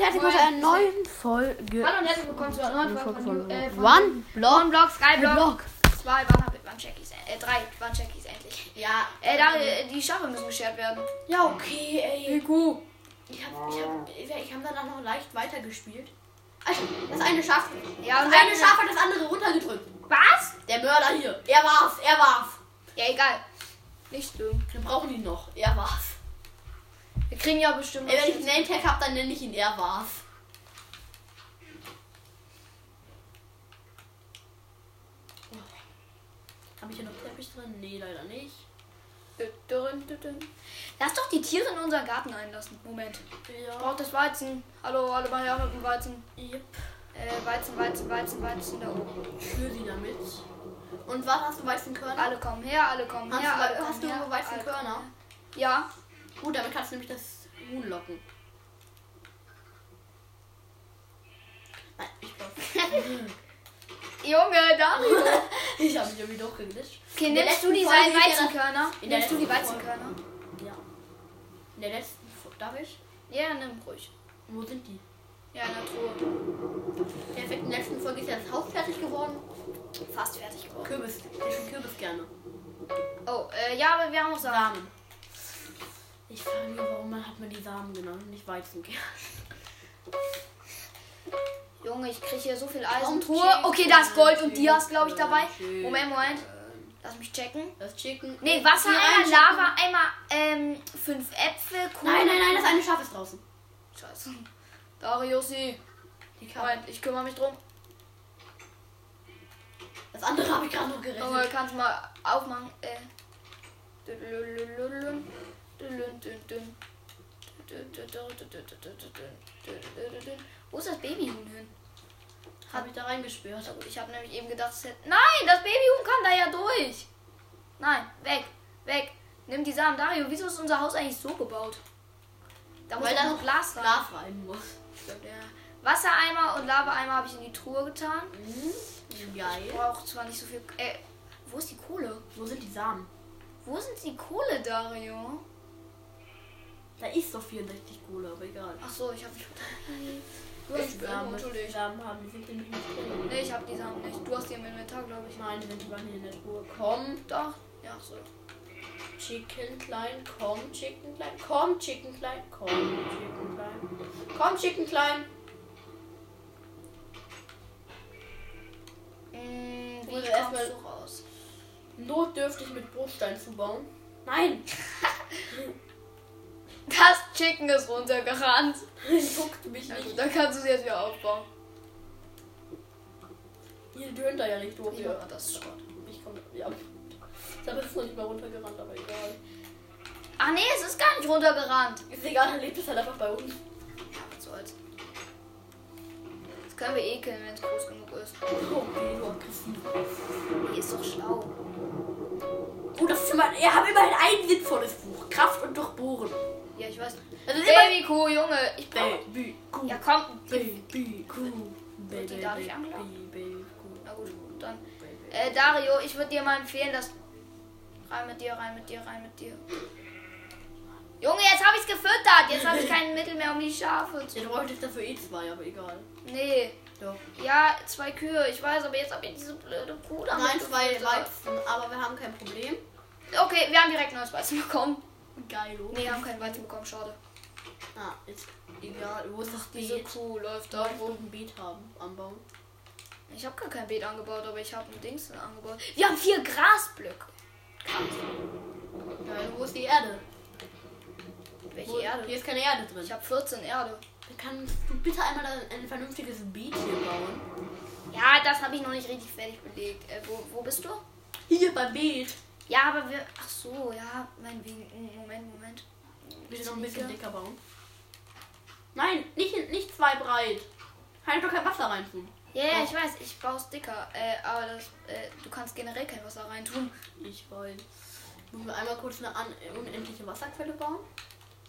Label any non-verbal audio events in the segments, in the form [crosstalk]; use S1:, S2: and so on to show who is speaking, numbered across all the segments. S1: herzlich willkommen zu einer neuen Folge.
S2: Hallo und herzlich willkommen zu einer neuen Folge von, äh, von
S1: One
S2: One
S1: Block
S2: Block, Sky Block,
S1: Block.
S2: 2 One-Checkies, äh, 3 One-Checkies endlich.
S1: Ja.
S2: Äh, da, äh, die Schafe müssen geschert werden.
S1: Ja, okay, ey.
S2: Gut.
S1: Ich hab, ich hab, ich hab danach noch leicht weitergespielt. Also, das eine Schaf.
S2: Ja, und
S1: das eine
S2: dann-
S1: Schaf hat das andere runtergedrückt.
S2: Was?
S1: Der Mörder hier. Er warf, er warf.
S2: Ja, egal. Nicht schlimm.
S1: Wir brauchen ihn noch. Er warf.
S2: Wir kriegen ja bestimmt
S1: Ey, wenn ich einen
S2: was.
S1: Nametag hab, dann nenne ich ihn er warf. Habe Oh. ich hier noch Teppich drin? Nee, leider nicht.
S2: Dun, dun, dun. Lass doch die Tiere in unseren Garten einlassen. Moment.
S1: Ja.
S2: Braucht das Weizen. Hallo, alle mal her mit dem Weizen.
S1: Yep.
S2: Äh, Weizen, Weizen, Weizen, Weizen da oben.
S1: Für sie damit. Und was hast du Weizenkörner?
S2: Alle kommen her, alle kommen
S1: Hast,
S2: her.
S1: du,
S2: alle
S1: hast du
S2: kommen her,
S1: irgendwo
S2: alle kommen
S1: Weizenkörner?
S2: her. Ja.
S1: Gut, damit kannst du nämlich das Huhn locken. Nein, ich [laughs] glaub-
S2: Junge, Dario.
S1: Ich habe mich irgendwie doch geglitscht.
S2: Okay,
S1: In der
S2: nimmst du
S1: letzten
S2: die
S1: Folge
S2: Sein-
S1: hieß ja
S2: Weizenkörner?
S1: in der
S2: Nimmst du die
S1: letzten
S2: Weizenkörner?
S1: das- Ja. In der letzten Folge. Darf ich?
S2: Ja, nimm ruhig.
S1: Wo sind die?
S2: Ja, in der Truhe.
S1: Perfekt, in der letzten Folge ist ja das Haus fertig geworden.
S2: Fast fertig geworden.
S1: Kürbis. Ich esse Kürbis gerne.
S2: Oh, äh, ja, aber wir haben auch Samen.
S1: Samen. Ich frage mich, warum man hat man die Samen genannt, nicht Weizenkern.
S2: Junge, ich kriege hier so viel
S1: Warum
S2: Eisen.
S1: checken?
S2: Truhe. Okay, da ist Gold und Dias, glaube ich, dabei.
S1: Schön.
S2: Moment, Moment. Lass mich checken.
S1: [laughs] Das Chicken.
S2: Nee, Wasser,
S1: Die
S2: einmal
S1: einen
S2: Lava, einmal ähm, fünf Äpfel,
S1: Chicken-
S2: Kohle.
S1: Nein, nein, nein, das eine Schaf ist draußen.
S2: Scheiße. Dariusi.
S1: Die Karre.
S2: Moment, ich kümmere mich drum.
S1: Das andere habe ich gerade noch gerechnet.
S2: Junge, kannst du mal aufmachen. Äh. Dülülülülülüm. Dülün, dün, dün. Dün, dün, dün, dün, dün, dün, dün, dün, dün, dün, dün. Wo ist das Babyhuhn hin?
S1: Habe ich da reingespürt.
S2: Also, Ich habe nämlich eben gedacht, es hätte. Nein, das Babyhuhn kann da ja durch. Nein, weg, weg. Nimm die Samen, Dario. Wieso ist unser Haus eigentlich so gebaut? Da muss
S1: Weil da
S2: doch noch Glas rein.
S1: Schlaf rein muss.
S2: Stimmt, ja. Wassereimer und Lavaeimer habe ich in die Truhe getan. Mhm. Ich
S1: Geil.
S2: brauche zwar nicht so viel. Äh, wo ist die Kohle?
S1: Wo sind die Samen?
S2: Wo sind die Kohle, Dario?
S1: Da ist doch 64 Kohle, aber egal.
S2: Ach so, ich habe mich Du hast die Samen,
S1: Samen,
S2: natürlich.
S1: Samen haben, die sind nämlich nicht drin.
S2: Nee, ich habe die Samen nicht. Du hast die im Inventar, glaube ich.
S1: Nein, die sind waren hier in der Truhe. Komm,
S2: Doch. Ja, ach so.
S1: Chicken klein, komm, Chicken klein, komm, Chicken klein, komm, Chicken klein, komm, Chicken klein.
S2: Mm, wie
S1: Wurde
S2: kommst
S1: erstmal-
S2: du raus?
S1: Notdürftig mit Bruchstein zu bauen. Nein, [laughs]
S2: Das Chicken ist runtergerannt.
S1: guckt mich
S2: Ja, gut,
S1: nicht.
S2: dann kannst du es jetzt wieder aufbauen.
S1: Ihr dönt da ja nicht durch.
S2: Ich
S1: ihr-
S2: mach das Schrott.
S1: Ich komm, ja. Da bist du nicht mal runtergerannt, aber egal.
S2: Ach nee, es ist gar nicht runtergerannt.
S1: Ist egal, dann lebt es halt einfach bei uns.
S2: Ja, was soll's. Das können wir ekeln, wenn es groß genug ist.
S1: Okay, du aggressiv.
S2: Die ist doch schlau.
S1: Oh, das ist immer, ihr habt immerhin ein sinnvolles Buch. Kraft und Durchbohren.
S2: Ja, ich weiß.
S1: Das ist immer...
S2: Baby Kuh, Junge. Ich brauch.
S1: Baby, Kuh,
S2: Also Ja, komm.
S1: Baby, Kuh,
S2: Wird die
S1: Baby,
S2: dadurch
S1: Baby,
S2: angelockt?
S1: Baby, Kuh.
S2: Na gut, dann.
S1: Baby.
S2: Äh, Dario, ich würde dir mal empfehlen, dass. Rein mit dir, rein mit dir, rein mit dir. Junge, jetzt habe ich's gefüttert. Jetzt habe
S1: [laughs]
S2: ich kein Mittel mehr, um die Schafe zu.
S1: Dann bräuchte ich dafür eh zwei, aber egal.
S2: Nee.
S1: Doch.
S2: Ja, zwei Kühe, ich weiß, aber jetzt habe ich diese blöde Kuh da
S1: Nein, zwei Weizen, aber wir haben kein Problem.
S2: Okay, wir haben direkt neues Weizen bekommen.
S1: Geil,
S2: Nee, wir haben keinen Weizen bekommen, schade.
S1: Ah, ist egal. Wo ist das
S2: Diese
S1: Beet?
S2: Kuh läuft da.
S1: Da wo wir ein Beet haben am Baum.
S2: Ich habe gar kein Beet angebaut, aber ich habe ein Dings angebaut. Wir haben vier Grasblöcke.
S1: Geil, wo ist die Erde?
S2: Welche
S1: Wo-
S2: Erde?
S1: Hier ist keine Erde drin.
S2: Ich habe 14 Erde.
S1: Dann kannst du bitte einmal ein, ein vernünftiges Beet hier bauen.
S2: Ja, das habe ich noch nicht richtig fertig belegt. Äh, wo, wo bist du?
S1: Hier beim Beet.
S2: Ja, aber wir. Ach so, ja, meinetwegen. Mm, Moment, Moment.
S1: Bitte noch ein bisschen dicker bauen. Nein, nicht, nicht zwei breit. Kann ich doch kein Wasser rein tun.
S2: Ja, ja, ich weiß, ich baue es dicker. Äh, aber das, äh, du kannst generell kein Wasser reintun.
S1: Ich weiß. Müssen wir einmal kurz eine an unendliche Wasserquelle bauen.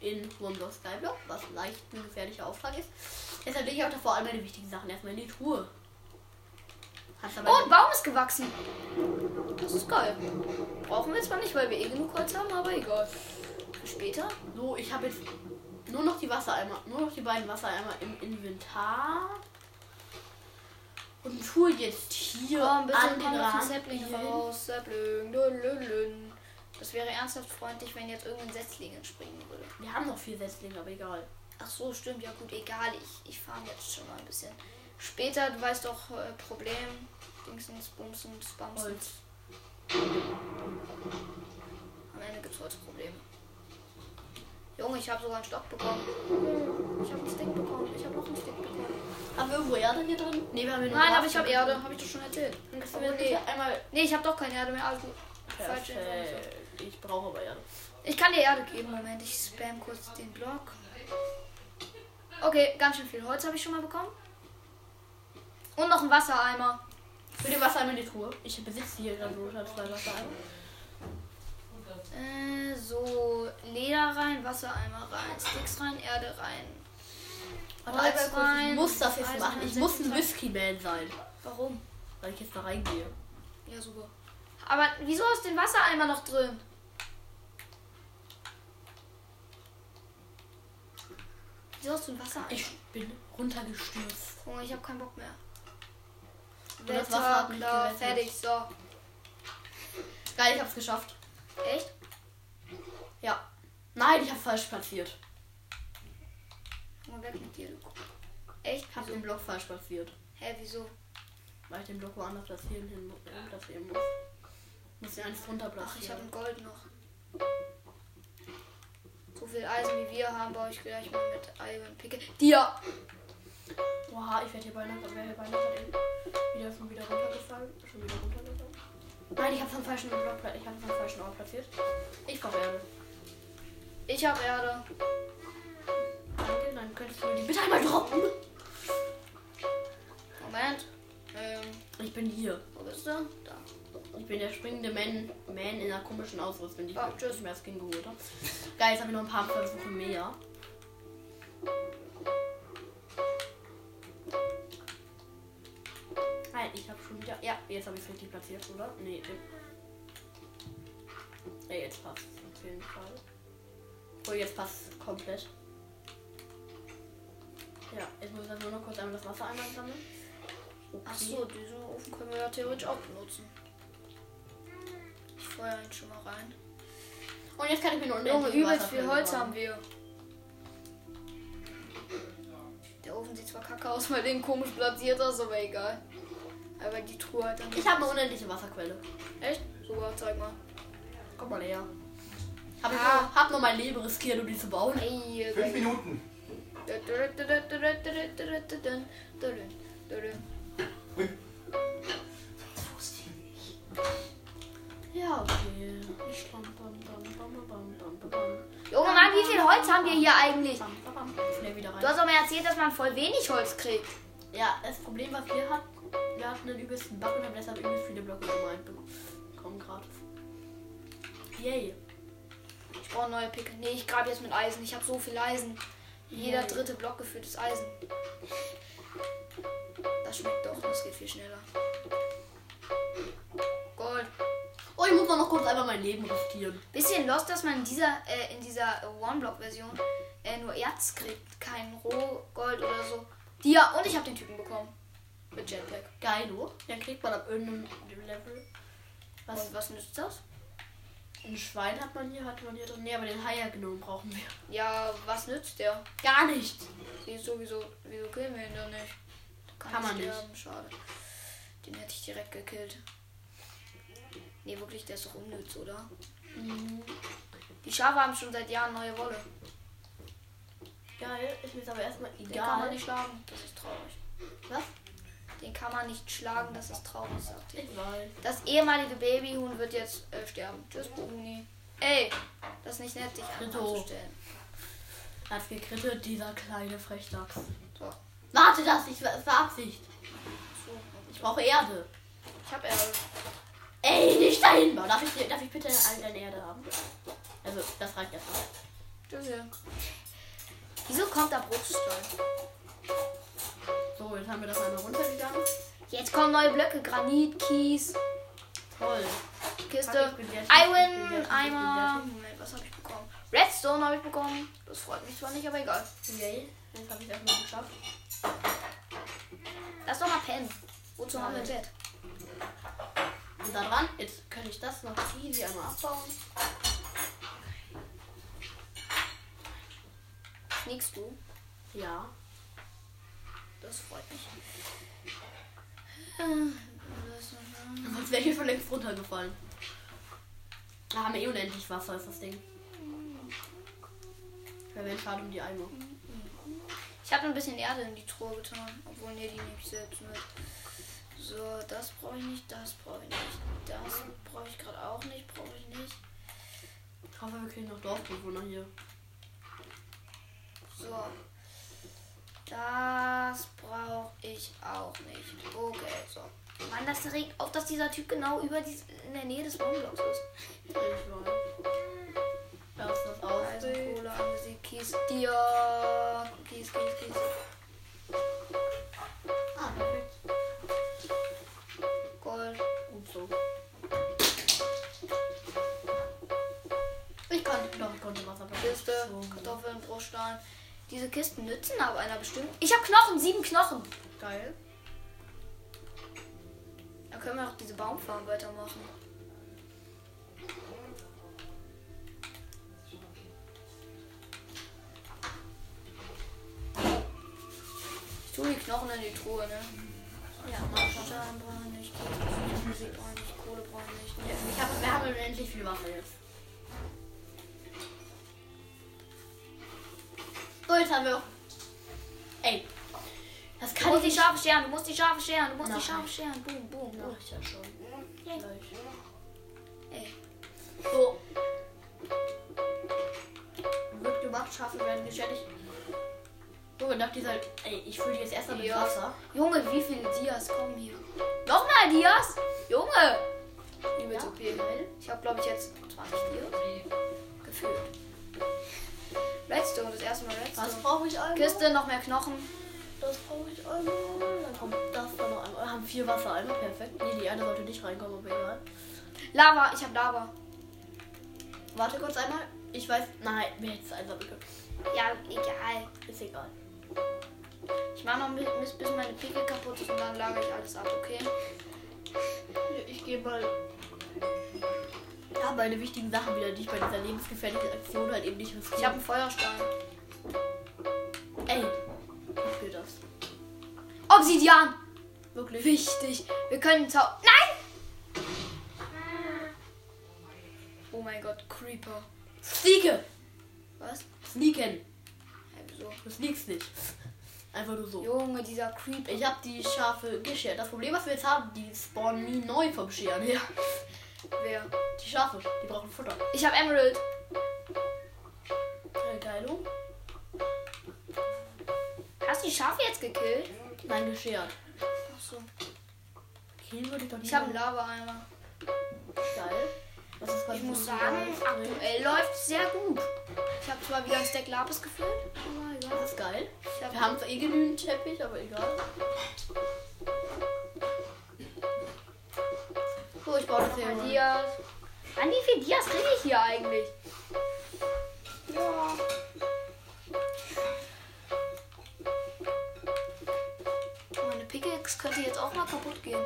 S1: In Wurmloch Skyblock, was leicht ein gefährlicher Auftrag ist. Deshalb lege ich auch davor all meine wichtigen Sachen erstmal in die Truhe. Hast aber
S2: Oh, ein Baum ist gewachsen. Das ist geil. Brauchen wir zwar nicht, weil wir eh genug Holz haben, aber egal. Später?
S1: so, ich habe jetzt Nur noch die Wassereimer, nur noch die beiden Wassereimer im Inventar. Und tue jetzt hier
S2: Komm, bitte
S1: an
S2: komm
S1: den
S2: jetzt
S1: Rand.
S2: zu Sapling
S1: hin.
S2: raus. Sapling. Lü, lü, lü. Das wäre ernsthaft freundlich, wenn jetzt irgendein Setzling entspringen würde.
S1: Wir haben noch vier Setzlinge, aber egal.
S2: Ach so, stimmt. Ja gut, egal. Ich, ich fahre jetzt schon mal ein bisschen. Später, du weißt doch, äh, Problem. Dingsens, Bumsens, Bamsens.
S1: Holz.
S2: Am Ende gibt's heute Probleme. Junge, ich habe sogar einen Stock bekommen. Ich habe einen Stick bekommen. Ich habe noch einen Stick bekommen.
S1: Haben wir irgendwo Erde hier drin? Nee, wir haben hier nur
S2: Nein,
S1: Gras
S2: aber ich habe
S1: drin.
S2: Erde. Habe ich doch schon erzählt.
S1: Dann
S2: Oh,
S1: müssen wir
S2: nee.
S1: nicht einmal.
S2: Nee, ich habe doch keine Erde mehr. Alles gut. Falsche Information.
S1: Perfekt. Ich brauche aber Erde.
S2: Ich kann dir Erde geben. Moment, ich spam kurz den Block. Okay, ganz schön viel Holz habe ich schon mal bekommen. Und noch ein Wassereimer.
S1: Für den Wassereimer die Truhe. Ich besitze hier gerade nur halt zwei Wassereimer.
S2: Äh, so, Leder rein, Wassereimer rein, Sticks rein, Erde rein.
S1: Warte,
S2: Holz
S1: einmal kurz, ich
S2: rein,
S1: muss das jetzt
S2: Eisen
S1: machen. Ich
S2: rein,
S1: muss ein
S2: Säcke rein.
S1: Whisky-Man sein,
S2: Warum?
S1: weil ich jetzt da reingehe.
S2: Ja, super. Aber wieso ist den Wassereimer noch drin? Wieso hast du einen Wassereimer?
S1: Ich bin runtergestürzt.
S2: Junge, ich habe keinen Bock mehr.
S1: das Wasser hat mich
S2: klar,
S1: gerettet.
S2: fertig, so.
S1: Geil, ich hab's geschafft.
S2: Echt?
S1: Ja. Nein, ich hab falsch platziert.
S2: Mal weg mit dir, du Kuh. Echt?
S1: Ich hab
S2: Wieso?
S1: den Block falsch platziert.
S2: Hä, wieso?
S1: Weil ich den Block woanders platzieren, hin, äh, platzieren muss. Muss ja eins drunter
S2: Ach, ich
S1: platzieren.
S2: habe ein Gold noch. So viel Eisen wie wir haben, baue ich gleich mal mit Iron Picke. Dir!
S1: Oha, ich werde hier beinahe, wäre hier beinahe eben wieder schon wieder runtergefallen. Schon wieder runtergefallen. Nein, ich hab's am falschen Block platziert. Ich hab's am falschen Ort platziert. Ich brauche Erde.
S2: Ich habe Erde.
S1: Danke, dann könntest du mir die bitte einmal droppen.
S2: Moment. Ähm,
S1: Ich bin hier.
S2: wo bist du? Da.
S1: Ich bin der springende Man, Man in einer komischen Ausrüstung, die ich
S2: Ah,
S1: mir nicht mehr Skin geholt habe. Geil, jetzt haben wir noch ein paar Versuche mehr. Nein, Halt, ich habe schon wieder. Ja, jetzt habe ich es richtig platziert, oder? Nee. nee. Ja, jetzt passt auf jeden Fall. Oh, jetzt passt komplett. Ja, jetzt muss ich das nur noch kurz einmal das Wasser einmal sammeln. Okay.
S2: Ach so, diesen Ofen können wir ja theoretisch auch benutzen. Ich feuer ihn schon mal rein.
S1: Und jetzt kann ich mir noch
S2: Junge, übelst viel Holz haben wir. Der Ofen sieht zwar kacke aus, weil den komisch platziert ist, aber egal. Aber die Truhe hat dann.
S1: Ich habe eine unendliche Wasserquelle.
S2: Echt? Super, zeig mal.
S1: Komm mal her. Hab, ich
S2: Ah.
S1: noch, hab noch mein Leben riskiert, um die zu bauen.
S2: Ey, ihr
S3: Fünf
S2: seid-
S3: Minuten.
S2: Oh
S3: Ui. Wo ist die?
S1: Ja, okay. Ich bam, bam, bam, bam, bam, bam, bam, bam.
S2: Junge, Mann, wie viel Holz haben wir hier eigentlich?
S1: Bam, bam, bam. Schnell wieder
S2: Du
S1: rein.
S2: hast aber erzählt, dass man voll wenig Holz kriegt.
S1: Ja, das Problem, was wir hatten, wir hatten den übelsten Bug und haben deshalb übelst viele Blöcke gemeint bekommen gerade. Yay.
S2: Ich brauche neue Pickel. Nee, ich grab jetzt mit Eisen. Ich habe so viel Eisen. Jeder dritte Block gefülltes Eisen. Das schmeckt doch. Das geht viel schneller. Gold.
S1: Oh, ich muss doch noch kurz einmal mein Leben riskieren.
S2: Bisschen lost, dass man in dieser, äh, in dieser One-Block-Version äh, nur Erz kriegt. Kein Rohgold oder so. Die, ja, und ich habe den Typen bekommen. Mit Jetpack.
S1: Geilo. Dann kriegt man ab irgendeinem Level. Was,
S2: Was, was nützt das?
S1: Ein Schwein hat man hier, hat man hier drin. Nee, aber den Haier-Gnom brauchen wir.
S2: Ja, was nützt der?
S1: Gar nichts.
S2: Die ist sowieso, wieso killen wir ihn dann nicht? Da
S1: Kann man nicht.
S2: schade. Den hätte ich direkt gekillt. Nee, wirklich, der ist doch unnütz, oder? Mhm. Die Schafe haben schon seit Jahren neue Wolle.
S1: Geil, ist mir jetzt aber erstmal
S2: Den kann man
S1: egal.
S2: nicht schlagen, das ist traurig.
S1: Was?
S2: Den kann man nicht schlagen, das ist traurig, sagt er.
S1: Ich weiß.
S2: Das ehemalige Babyhuhn wird jetzt äh, sterben. Tschüss, Bruni. Ey, das ist nicht nett, dich
S1: Bitte.
S2: anzustellen.
S1: Hat gekrittet, dieser kleine Frechdachs.
S2: So,
S1: Warte das, ich das war Absicht.
S2: so.
S1: Ich brauche Erde.
S2: Ich hab Ärger.
S1: Ey, nicht dahin bauen. Darf ich, darf ich bitte all deine Erde haben? Also, das reicht erstmal.
S2: Tschüss. Wieso kommt da Bruchstein?
S1: So, jetzt haben wir das einmal runtergegangen.
S2: Jetzt kommen neue Blöcke. Granit, Kies,
S1: Toll. Ich
S2: Kiste,
S1: bin sehr schlecht, ich bin sehr
S2: Iron,
S1: schlecht, ich bin
S2: Eimer.
S1: sehr
S2: Moment, was habe ich bekommen? Redstone habe ich bekommen. Das freut mich zwar nicht, aber egal.
S1: Yay. Jetzt habe ich es erstmal geschafft.
S2: Lass doch mal pennen. Wozu haben wir ein Bett?
S1: Und daran, jetzt kann ich das noch easy einmal abbauen.
S2: Sneakst du?
S1: Ja.
S2: Das freut mich.
S1: Mhm. Sonst wäre ich hier schon längst runtergefallen. Da haben wir eh unendlich Wasser, ist das Ding. Wäre mir schade um die Eimer.
S2: Ich habe ein bisschen Erde in die Truhe getan, obwohl nee, die nehme ich selbst mit. So, das brauche ich nicht, das brauche ich nicht, das brauche ich gerade auch nicht, brauche ich nicht.
S1: Ich hoffe, wir kriegen noch Dorfbewohner hier.
S2: So. Das brauche ich auch nicht. Okay, so. Mann, das regt auf, dass dieser Typ genau über die, in der Nähe des Wohnblocks ist.
S1: Ich weiß. Da ist das aus.
S2: Eisenkohle, Angesehen, Kies, Dia, Kies, Kies, Kies.
S1: Ah, perfekt.
S2: Gold.
S1: Gut so. Ich konnte, doch, ich konnte Wasser bauen.
S2: Kiste,
S1: So genau. gut.
S2: Kartoffeln, Bruchstein. Diese Kisten nützen aber einer bestimmt. Ich habe Knochen, sieben Knochen.
S1: Geil.
S2: Da können wir auch diese Baumfarm weitermachen. Ich tue die Knochen in die Truhe, ne? Ja, Stein brauche ich nicht, Kies, Musik brauche ich nicht, Kohle brauche ich nicht.
S1: Ja, Ich hab, wir haben unendlich viel Wasser jetzt. So, jetzt haben wir auch. Ey. Das
S2: Du
S1: kann
S2: musst
S1: ich
S2: die
S1: nicht.
S2: Schafe scheren, du musst die Schafe scheren, du musst
S1: Nein.
S2: die Schafe scheren. Boom, boom, boom.
S1: Mach ich ja schon.
S2: Yay.
S1: Gleich.
S2: Ey,
S1: So. Wird gemacht, Schafe werden geschädigt. Junge, nach dieser. Ey, ich fühle jetzt erstmal mit
S2: Ja.
S1: Wasser.
S2: Junge, wie viele Dias kommen hier? Nochmal Dias? Junge! Liebe
S1: Ja.
S2: Tupil. Ich habe, glaube ich, jetzt 20 Dias. Gefühlt. Redstone, das erste Mal Redstone.
S1: Was brauche ich einmal?
S2: Kiste, noch mehr Knochen.
S1: Das brauche ich einmal. Dann kommt das dann noch einmal. Wir haben vier Wasser einmal. Perfekt. Nee, die eine sollte nicht reinkommen, aber egal.
S2: Lava, ich habe Lava.
S1: Warte kurz einmal. Ich weiß. Nein, mir hätte es einfach geglückt.
S2: Ja, egal.
S1: Ist egal.
S2: Ich mache noch ein bisschen, bis meine Pickel kaputt ist und dann lagere ich alles ab, okay?
S1: Ich gehe mal. Ja, meine wichtigen Sachen wieder, die ich bei dieser lebensgefährlichen Aktion halt eben nicht riskiere.
S2: Ich habe einen Feuerstein.
S1: Ey. Ich will das.
S2: Obsidian!
S1: Wirklich.
S2: Wichtig. Wir können Zau. Nein! Oh mein Gott, Creeper.
S1: Sneake!
S2: Was?
S1: Sneaken.
S2: Hä, wieso?
S1: Du sneakst nicht. Einfach nur so.
S2: Junge, dieser Creeper.
S1: Ich habe die Schafe geschert. Das Problem, was wir jetzt haben, die spawnen nie neu vom Scheren her.
S2: Wer?
S1: Die Schafe, die brauchen Futter.
S2: Ich habe Emerald.
S1: Äh, Geilo?
S2: Hast du die Schafe jetzt gekillt?
S1: Nein, geschert.
S2: Achso.
S1: Killen würde ich doch nicht.
S2: Ich habe einen Lava-Eimer.
S1: Geil. Das ist quasi
S2: Ich muss
S1: so-
S2: sagen, aktuell läuft sehr gut. Ich habe zwar wieder ein Stack Lapis gefüllt. aber egal.
S1: Das ist geil.
S2: Ich
S1: Wir
S2: hab,
S1: haben zwar eh genügend Teppich, aber egal. So, ich baue das hier
S2: Nochmal
S1: mal.
S2: Dias. An wie viele Dias kriege ich hier eigentlich? Ja. Meine Pickaxe könnte jetzt auch mal kaputt gehen.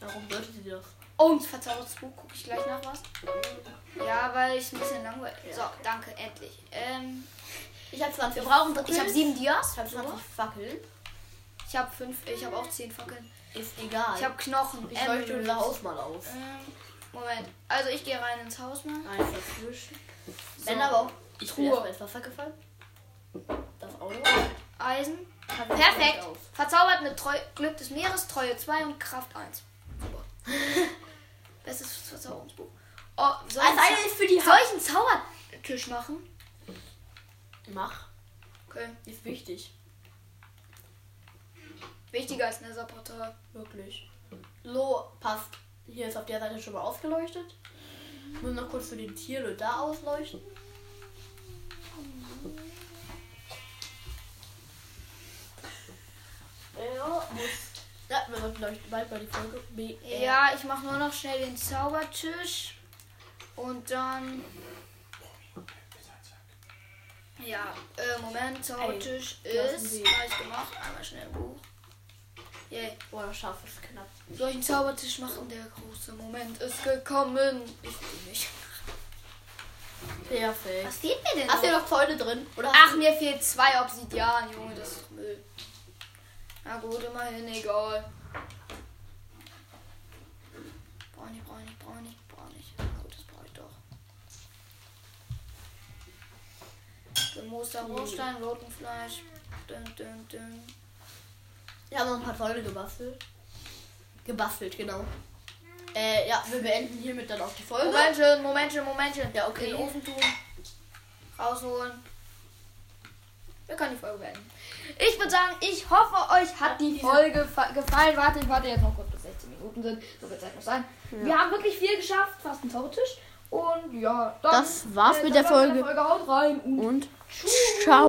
S1: Warum sollte sie das?
S2: Oh, ein verzaubertes Buch. Gucke ich gleich nach was? Ja, weil ich ein bisschen langweilig. So, danke, endlich. Ähm,
S1: Ich habe 20.
S2: wir brauchen. Ich habe sieben Dias.
S1: Ich habe 20 Fackeln.
S2: Ich habe fünf. Ich habe auch zehn Fackeln.
S1: Ist egal.
S2: Ich habe Knochen.
S1: ich leuchte
S2: Emeralds.
S1: unser Haus mal auf.
S2: Ähm, Moment. Also ich gehe rein ins Haus mal.
S1: Eins dazwischen.
S2: So.
S1: Wenn aber auch. Ich
S2: Truhe.
S1: bin erstmal ins Wasser gefallen. Das Auto. Perfekt.
S2: Eisen. Perfekt. Verzaubert mit Treu Glück des Meeres, Treue 2 und Kraft 1.
S1: [laughs]
S2: Super. Bestes Verzauberungsbuch. Oh, soll ich,
S1: Als Also eine ist für die
S2: soll
S1: Hand.
S2: ich einen Zaubertisch machen?
S1: Mach.
S2: Okay.
S1: Ist wichtig.
S2: Wichtiger als Netherportal.
S1: Wirklich. So, passt. Hier ist auf der Seite schon mal ausgeleuchtet. Ich muss noch kurz für den Tier da ausleuchten. Ja, muss. Ja, wir sollten leuchten bald mal die Folge. B
S2: Ja, ich mache nur noch schnell den Zaubertisch. Und dann. Ja, äh, Moment, Zaubertisch
S1: lassen
S2: ist
S1: Sie-
S2: gleich gemacht. Einmal schnell ein Buch. Yay.
S1: Boah, scharf ist knapp.
S2: Soll ich einen Zaubertisch machen? Der große Moment ist gekommen. Ich will nicht.
S1: Perfekt.
S2: Was fehlt mir denn
S1: Hast du
S2: noch?
S1: noch Zäune drin? Oder
S2: Ach, mir fehlt zwei Obsidian, Junge, das ist doch Müll. Na gut, immerhin, egal. Brauch nicht, brauch nicht, brauch nicht, brauch nicht. Na gut, das brauch ich doch. Gemooster Rohstein, Rotenfleisch. Dün, dün, dün.
S1: Wir haben noch ein paar Zäune gebastelt. Gebastelt, genau. Äh, ja, wir beenden hiermit dann auch die Folge.
S2: Momentchen, Momentchen, Momentchen.
S1: Ja, okay.
S2: In den Ofen tun. Rausholen. Wir können die Folge beenden. Ich würde sagen, ich hoffe, euch hat die
S1: diese-
S2: Folge fa- gefallen. Warte, ich warte jetzt noch kurz, bis 16 Minuten sind. So viel Zeit muss sein. Wir haben wirklich viel geschafft, fast einen Tautisch. Und ja, dann, äh,
S1: Das war's mit
S2: dann
S1: der
S2: war's mit
S1: Folge.
S2: Folge. Haut rein und
S1: Und ciao.